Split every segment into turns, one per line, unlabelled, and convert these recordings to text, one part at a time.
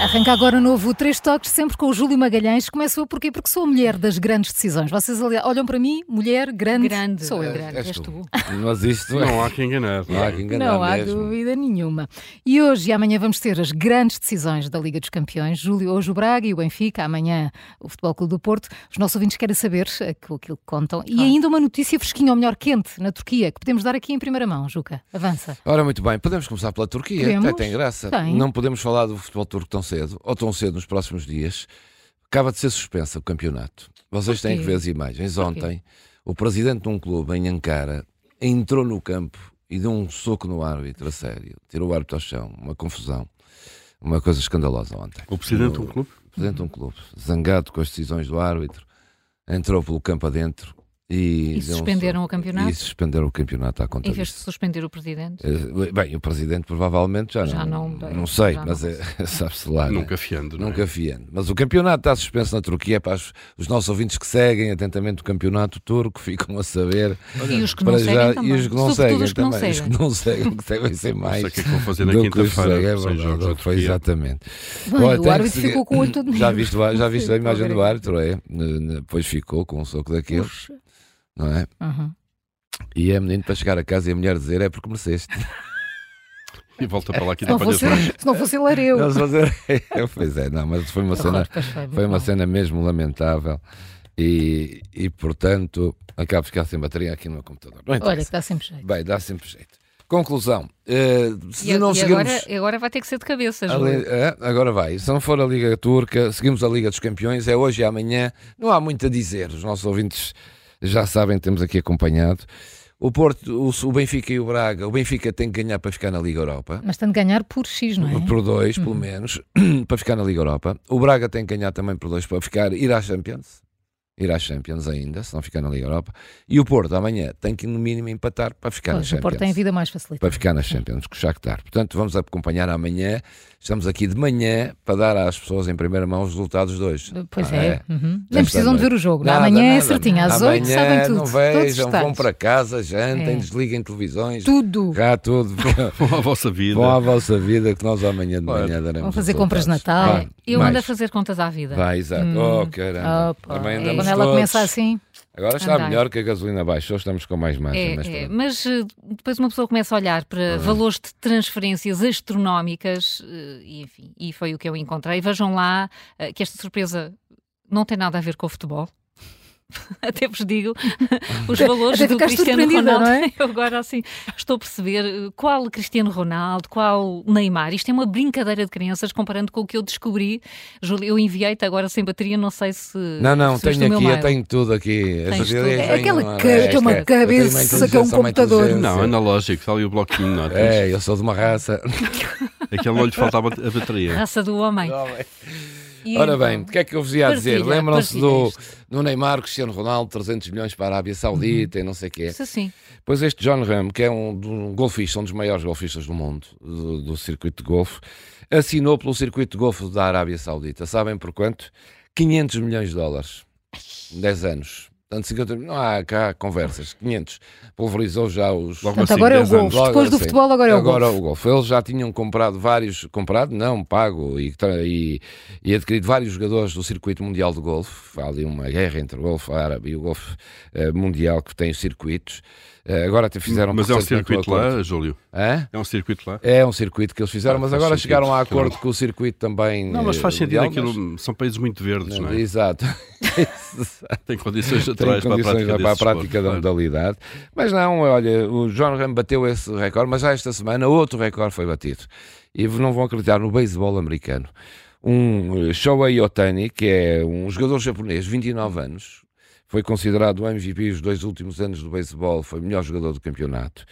Arranca agora o novo Três Toques, sempre com o Júlio Magalhães. Começou porquê? Porque sou a mulher das grandes decisões. Vocês ali olham para mim, mulher grande,
Grande.
sou eu.
É,
És tu.
tu.
Mas isto é-
Não há que enganar.
Não há que enganar
Não há
mesmo.
dúvida nenhuma. E hoje e amanhã vamos ter as grandes decisões da Liga dos Campeões. Júlio, hoje o Braga e o Benfica, amanhã o Futebol Clube do Porto. Os nossos ouvintes querem saber eh, aquilo aquilo que contam. E ainda uma notícia fresquinha, ou melhor, quente, na Turquia, que podemos dar aqui em primeira mão, Juca. Avança.
Ora, muito bem, podemos começar pela Turquia,
Podemos.
até tem graça.
Tem.
Não podemos falar do futebol turco tão cedo, ou tão cedo nos próximos dias. Acaba de ser suspensa o campeonato. Vocês têm
quê?
que ver as imagens.
Por quê?
Ontem, o presidente de um clube em Ankara entrou no campo e deu um soco no árbitro, a sério. Tirou o árbitro ao chão, uma confusão. Uma coisa escandalosa ontem.
O presidente de um clube?
presidente de um clube, zangado com as decisões do árbitro, entrou pelo campo adentro e,
E
deu um
suspenderam
soco.
o campeonato?
E suspenderam o campeonato à conta
Em vez de
disso.
suspender o presidente?
Eh, Bem, o presidente provavelmente já,
Já
não,
não-
sei,
já
mas
não.
é- sabe-se lá. né?
Nunca fiando. não é?
Nunca fiando. Mas o campeonato está suspenso na Turquia. é Para os, os nossos ouvintes que seguem atentamente o campeonato turco ficam a saber.
E os que
para
não
já,
seguem também.
E os que não
Sobretudo
seguem
os que não
também. Os
seguem.
que não seguem, que devem ser
Não
mais.
sei o que é que vão fazer na
do que os
quinta-feira.
seguem, é
sem
verdade.
jogos da
Foi
Turquia.
exatamente.
Bem,
Olha, tem
o
que
árbitro
seguir-
ficou com oito de
Já
menos.
viste, o- já
Sim,
viste
estou
a imagem
ver
do
aqui.
árbitro, é? Ne- ne- Pois ficou com um soco daquele,
Puxa.
não é?
Uhum.
E é menino para chegar a casa e a mulher dizer é porque mereceste.
E volta para lá que
Se não
dá para
fosse,
mais.
se não fosse Lareu.
Eles fazer... pois é, não, mas foi uma cena, foi uma cena mesmo lamentável. E, e portanto, acabo de ficar sem bateria aqui no meu computador. Não
Olha, que
interessa.
dá sempre jeito.
Bem, dá sempre jeito. Conclusão: eh, se
E,
não
e
seguirmos.
agora, agora vai ter que ser de cabeça,
a
Júlio.
li- eh, agora vai, se não for a Liga Turca, seguimos a Liga dos Campeões, é hoje e amanhã, não há muito a dizer, os nossos ouvintes já sabem, temos aqui acompanhado. O Porto, o, o Benfica e o Braga, o Benfica tem que ganhar para ficar na Liga Europa.
Mas tem de ganhar por X, não é?
Por dois, pelo menos, para ficar na Liga Europa. O Braga tem que ganhar também por dois para ficar, ir à Champions. Ir à Champions ainda, se não ficar na Liga Europa. E o Porto amanhã tem que, no mínimo, empatar para ficar na
Pois, o
Champions.
Porto tem É. a vida mais facilitada.
Para ficar na Champions, com o Shakhtar. Portanto, vamos acompanhar amanhã. Estamos aqui de manhã para dar às pessoas em primeira mão os resultados de hoje.
Pois
Ah,
é. uhum. Nem precisam de ver o jogo. não é?
Nada,
amanhã é
nada.
certinho, às oito
Amanhã
sabem tudo.
Não
todos os
vejam, vão
detalhes.
para casa, jantem,
É.
desliguem televisões.
Tudo.
Cá tudo.
Vão à vossa vida.
Vão à vossa vida que nós amanhã de
Claro.
manhã daremos.
Vão fazer compras
resultados.
de Natal.
Vai,
Eu
mais.
ando a fazer contas à vida.
Vai, exato. Oh, caramba.
Hum. Opa.
Também
É,
andamos
Quando ela
todos.
começa assim,
Agora está
Andai.
melhor que a gasolina baixou, estamos com mais margem.
É,
mas
é,
pronto. Uhum.
mas eh, depois uma pessoa começa a olhar para valores de transferências astronómicas eh, e enfim, e foi o que eu encontrei. Vejam lá eh, que esta surpresa não tem nada a ver com o futebol. Até vos digo, os valores
até
do
ficaste
Cristiano
surpreendida,
Ronaldo.
não é?
Eu agora assim estou a perceber eh, qual Cristiano Ronaldo, qual Neymar. Isto é uma brincadeira de crianças comparando com o que eu descobri. Júlio, eu enviei-te agora sem bateria, não sei se.
Não, não,
se viste
tenho
o meu
aqui, eu
mail.
tenho tudo aqui. As
tudo.
ideias
É
vêm,
aquela
não
ca- que é uma
Esta- eu tenho
cabeça que
uma
é um
inteligência, uma
computador.
inteligência.
Não, é analógico, está ali o bloquinho, não é?
É, eu sou de uma raça.
Aquele não lhe faltava a
Ah.
bateria.
Raça do homem. E
é. Ora
então-
bem, o que é que eu vos ia dizer?
partilha,
Lembram-se
partilha
do,
isto.
do Neymar, Cristiano Ronaldo, 300 milhões para a Arábia Saudita
Uhum.
e não sei o quê.
Isso sim.
Pois este John Ram, que é um, um golfista, um dos maiores golfistas do mundo, do, do circuito de golfe, assinou pelo circuito de golfe da Arábia Saudita. Sabem por quanto? 500 milhões de dólares. 10 anos. Portanto, 50, não há cá conversas. 500. Pulverizou já os...
Logo
portanto,
assim,
agora é o
10 anos.
golfe.
Logo
Depois do
assim.
futebol, agora é o
Agora
golfe.
o golfe. Eles já tinham comprado vários, comprado, não, pago e, tra- e- e adquirido vários jogadores do circuito mundial de golfe. Há ali uma guerra entre o golfe árabe e o golfe eh, mundial que tem os circuitos. Eh, agora até fizeram
Mas é um
recentemente
circuito
acordo.
lá, Júlio.
Hã?
É um circuito lá.
É um circuito que eles fizeram,
Ah,
mas
faz
agora
sentido.
chegaram a
Que não-
acordo com o circuito também.
Não, mas faz
eh,
sentido
mundial, mas-
aquilo. São países muito verdes, não é?
Exato.
Tem condições
tem
naturais para a
condições
prática
já para a
desse é?
prática da
desporto, claro.
modalidade. Mas não, olha, o John Ram bateu esse recorde, mas já esta semana outro recorde foi batido. E não vão acreditar no beisebol americano. Um eh, Shohei Otani, que é um jogador japonês, 29 anos, Foi considerado o MVP os dois últimos anos do beisebol, foi o melhor jogador do campeonato.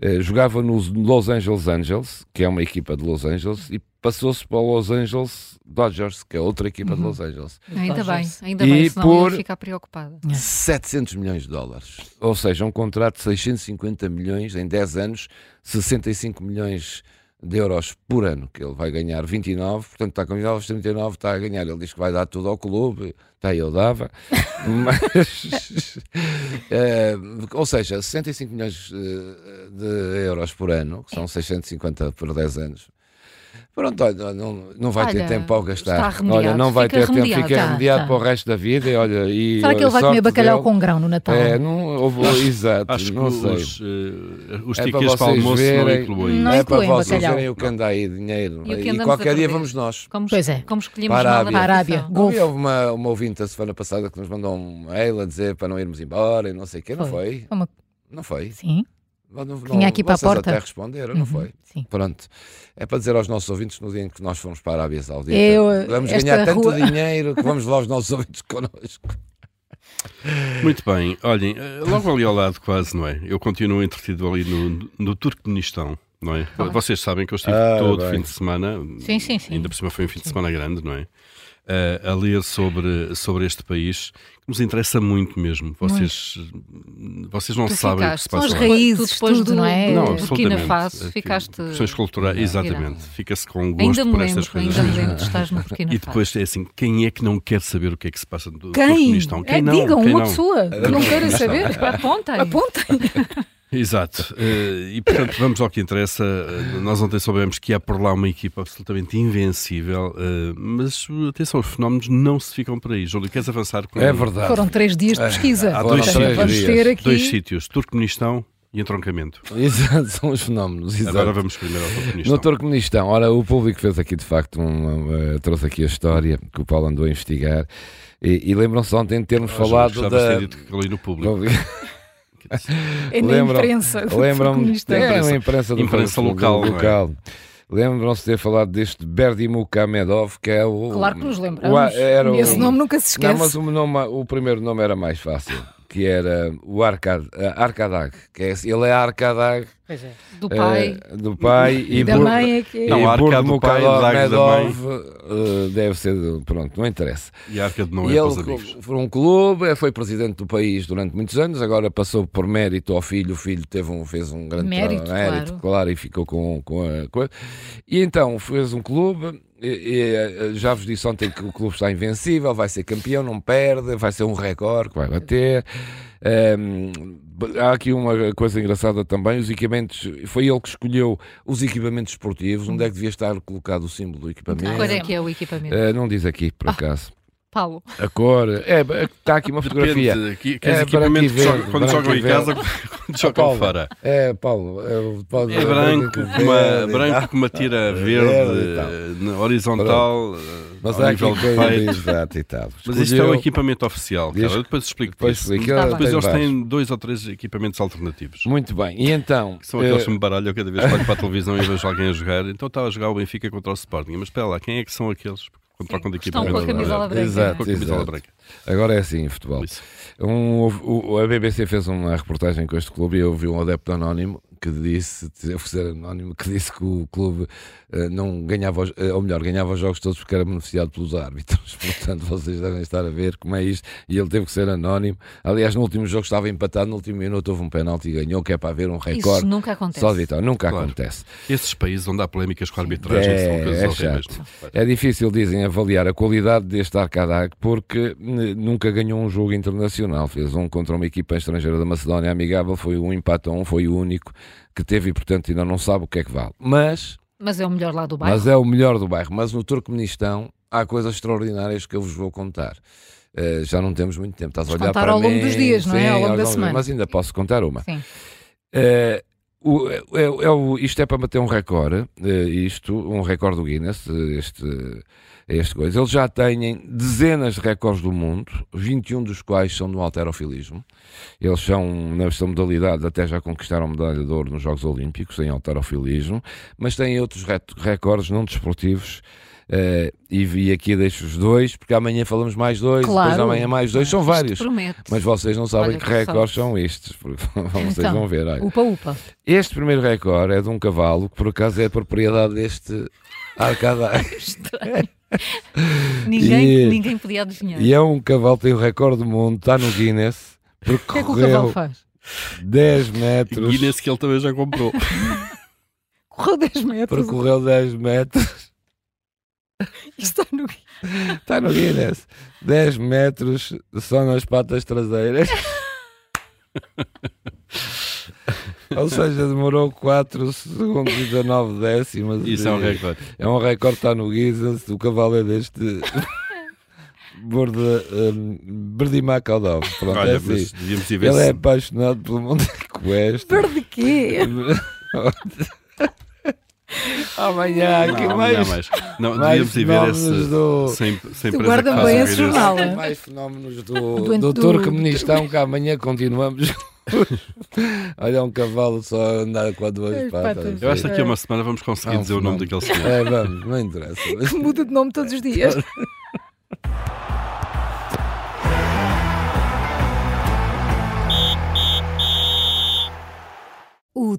Eh, jogava nos Los Angeles Angels, que é uma equipa de Los Angeles, e passou-se para o Los Angeles Dodgers, que é outra equipa
Uhum.
de Los Angeles.
Ainda bem,
Dodgers.
ainda bem,
E
senão eu
por-
ia ficar preocupada.
700 milhões de dólares. Ou seja, um contrato de 650 milhões em 10 anos, 65 milhões de euros por ano, que ele vai ganhar 29, portanto está convidado aos 39, está a ganhar. Ele diz que vai dar tudo ao clube, está aí, eu dava. Mas, eh, ou seja, 65 milhões eh, de euros por ano, que são 650 por 10 anos. Pronto, olha, não, não vai
Olha,
ter tempo ao
está
gastar.
remediado,
olha, não vai
fica
ter tempo,
remediado.
fica
Tá,
remediado
tá.
para o resto da vida. E, olha, e,
Será que ele vai
sorte
comer bacalhau
dele.
com um grão no Natal?
É, não, houve, exato,
Acho que
não sei.
os, eh, os
É para
tickets para
vocês
almoço
verem.
não incluem.
Não
é
incluem
para vocês
bacalhau.
verem o que anda aí, dinheiro.
E o que
E,
andamos a
qualquer dia
perder.
vamos nós.
Como,
Pois é.
como escolhemos
Para a
mal a
Arábia.
refeição.
Golfe.
Havia uma, uma ouvinte a semana passada que nos mandou um mail a dizer para não irmos embora e não sei o quê, não
Foi.
foi?
É uma-
Não foi?
Sim,
Não, não,
Vinha aqui para a
vocês
porta.
até responderam, não
Uhum,
foi?
sim.
Pronto. É para dizer aos nossos ouvintes no dia em que nós formos para a Arábia Saudita.
Eu,
vamos
esta
ganhar tanto
rua-
dinheiro que vamos levar os nossos ouvintes connosco.
Muito bem, olhem, eh, logo ali ao lado quase, não é? Eu continuo entretido ali no, no Turquenistão, não é? Vocês sabem que eu estive
Ah,
todo
bem.
fim de semana,
Sim, sim, sim.
ainda por cima foi um fim de semana grande, não é? Eh, a ler sobre, sobre este país que nos interessa muito mesmo. Vocês, vocês não
Tu
sabem o que se
ficaste, são
passa
as
lá.
raízes,
Tudo,
depois
tudo,
do,
não é?
do
Não,
Burkina
absolutamente. É
Faço,
Aqui,
ficaste...
Questões culturais, exatamente. Fica-se com gosto
Ainda me
por estas
lembro,
coisas
ainda me
mesmo.
lembro, estás no Burkina
E
Faso.
depois é assim, quem é que não quer saber o que é que se passa no
Quem?
Turquenistão?
É, digam
quem
uma
não?
pessoa que não querem saber.
Apontem.
Apontem.
Exato. Eh, e portanto, vamos ao que interessa. Eh, Nós ontem soubemos que há por lá uma equipa absolutamente invencível, eh, mas eh, atenção, os fenómenos não se ficam por aí. Júlio, queres avançar com
É verdade.
Foram três dias de pesquisa.
Há dois
Portanto,
sítios.
Vamos ter aqui.
dois sítios, Turquenistão e entroncamento.
Exato, são os fenómenos. Exato.
Agora vamos primeiro ao Turquenistão.
No Turquenistão, ora, o público fez aqui de facto, um, eh, trouxe aqui a história que o Paulo andou a investigar e, e lembram-se ontem de termos
Ah, Júlio,
falado
gostava de
da.
ter dito que ali no público.
É na
Lembram-
imprensa.
Lembram-me
Turquenistão.
é,
Imprensa-
a imprensa do
imprensa
do- do-
local, não é?
local. Lembram-se de ter falado deste Berdimuk Kamedov, que é o.
Claro que nos
o a-
lembramos.
era o-
Esse nome nunca se esquece.
Não, mas o, nome, o primeiro nome era mais fácil, que era o Arkad, Arkadag. Que é, ele é Arkadag
Pois é.
Do pai.
eh, do pai e
Da
Bur-
mãe é que
Não,
e
a arca
Burdo
do pai, é
Mukhadov,
da arca da mãe.
Medov, eh, deve ser, de- pronto, não interessa.
E a arca de
e é
Noé é para os amigos.
ele foi um clube, eh, foi presidente do país durante muitos anos, agora passou por mérito ao filho, o filho teve um, fez um grande
Mérito,
tra- mérito
claro.
claro. e ficou com, com a coisa. E então fez um clube, e, e, eh, já vos disse ontem que o clube está invencível, vai ser campeão, não perde, vai ser um recorde que vai bater. Ehm, há aqui uma coisa engraçada também: os equipamentos. Foi ele que escolheu os equipamentos esportivos, onde é que devia estar colocado o símbolo do equipamento.
Qual é que é o equipamento?
Eh, não diz aqui,
Ah.
por acaso.
Paulo.
A cor. É, está aqui uma fotografia.
Depende, que, que
É
é,
branco e
equipamento que joga-
verde,
quando
branco
jogam
e
em casa, quando jogam
Paulo,
fora.
É, Paulo. É, Paulo- é,
É branco, com uma, branco com uma tira
Verde e tal.
verde, eh, horizontal, eh,
Mas
ao
há aqui
nível de peito.
exato e tal.
Mas isto é um equipamento oficial, cara.
Diz-
Eu depois explico
Depois
isso.
explica,
Tá
Depois
tem
eles
vários.
têm dois ou três equipamentos alternativos.
Muito bem. E então.
Que são aqueles
eh,
que me baralham cada vez que olho para a televisão e vejo alguém a jogar. Então estava a jogar o Benfica contra o Sporting. Mas espera lá, quem é que são aqueles quando trocam de
que estão
equipamento?
com a camisola branca.
Exato,
Com a camisola
exato.
branca.
Agora é assim, em futebol.
Isso.
Um, houve- o- a BBC fez uma reportagem com este clube e eu ouvi um adepto anónimo que disse, deve ser anónimo, que disse que o clube eh, não ganhava, os- eh, ou melhor, ganhava os jogos todos porque era beneficiado pelos árbitros. Portanto, vocês devem estar a ver como é isto. E ele teve que ser anónimo. Aliás, no último jogo estava empatado, no último minuto houve um penalti e ganhou, que é para haver um
Isso
recorde.
nunca acontece.
Só de vitória. Nunca
Claro.
acontece.
Esses países onde há polémicas com a arbitragem
É,
são coisas
é
horríveis.
chato. É difícil, dizem, avaliar a qualidade deste Arcadag porque eh, nunca ganhou um jogo internacional. Fez um contra uma equipa estrangeira da Macedónia amigável, foi um empate a um, foi o único que teve e, portanto, ainda não sabe o que é que vale. Mas,
Mas é o melhor lá do bairro.
mas é o melhor do bairro. Mas no Turcomenistão há coisas extraordinárias que eu vos vou contar. Eh, já não temos muito tempo. Estás a
Mas
olhar
contar
para
ao longo
mim.
dos dias, não é?
Sim,
Ao longo da
dos-
semana.
Mas ainda posso contar uma.
Sim.
Eh, o- é- é- é o- isto é para bater um recorde, eh, isto, um recorde do Guinness, eh, este, este coisa. Eles já têm dezenas de recordes do mundo, 21 dos quais são do alterofilismo. Eles são, nesta modalidade, até já conquistaram medalha de ouro nos Jogos Olímpicos em alterofilismo, mas têm outros re- recordes não desportivos Eh, e, e aqui deixo os dois, porque amanhã falamos mais dois, depois
Claro.
amanhã mais dois, são vários.
Prometo.
Mas vocês não sabem
Olha,
que
que sorte.
recordes são estes, porque vocês
Então,
vão ver. olha.
Upa, upa.
Este primeiro recorde é de um cavalo que por acaso é propriedade deste arcada.
Ninguém,
E-
ninguém podia adivinhar.
e é um cavalo que tem o recorde do mundo, está no Guinness,
O que é que o cavalo
percorreu
faz?
10 metros.
Guinness que ele também já comprou.
Correu 10 metros
Percorreu 10 metros.
e está no
Está Tá no Guinness. 10 metros só nas patas traseiras. Ou seja, demorou 4 segundos e 19 décimas.
Isso é um recorde.
É um recorde, está no Guinness. O cavalo é deste. Borda. Um, Berdimá Caldão. Pronto, é
Olha,
assim.
mas devíamos ir ver
Ele é
se-
apaixonado pelo mundo da Cuesta.
verde quê?
Amanhã,
Não,
que
não,
mais.
mais. Não,
mais
devíamos ir ver
fenómenos
esse.
do-
Sem, sem
Tu
empresa
guarda
que
bem
faz o
esse
Guinness.
jornal. Fala.
Mais fenómenos do,
Do-
do,
do-
Turcomenistão um que amanhã continuamos. Olha, um cavalo só a andar com a duas
As
patas.
patas.
Eu acho que daqui a uma semana vamos
É
conseguir
um
dizer o nome daquele senhor.
É, vamos, não interessa.
Que muda de nome todos os dias. O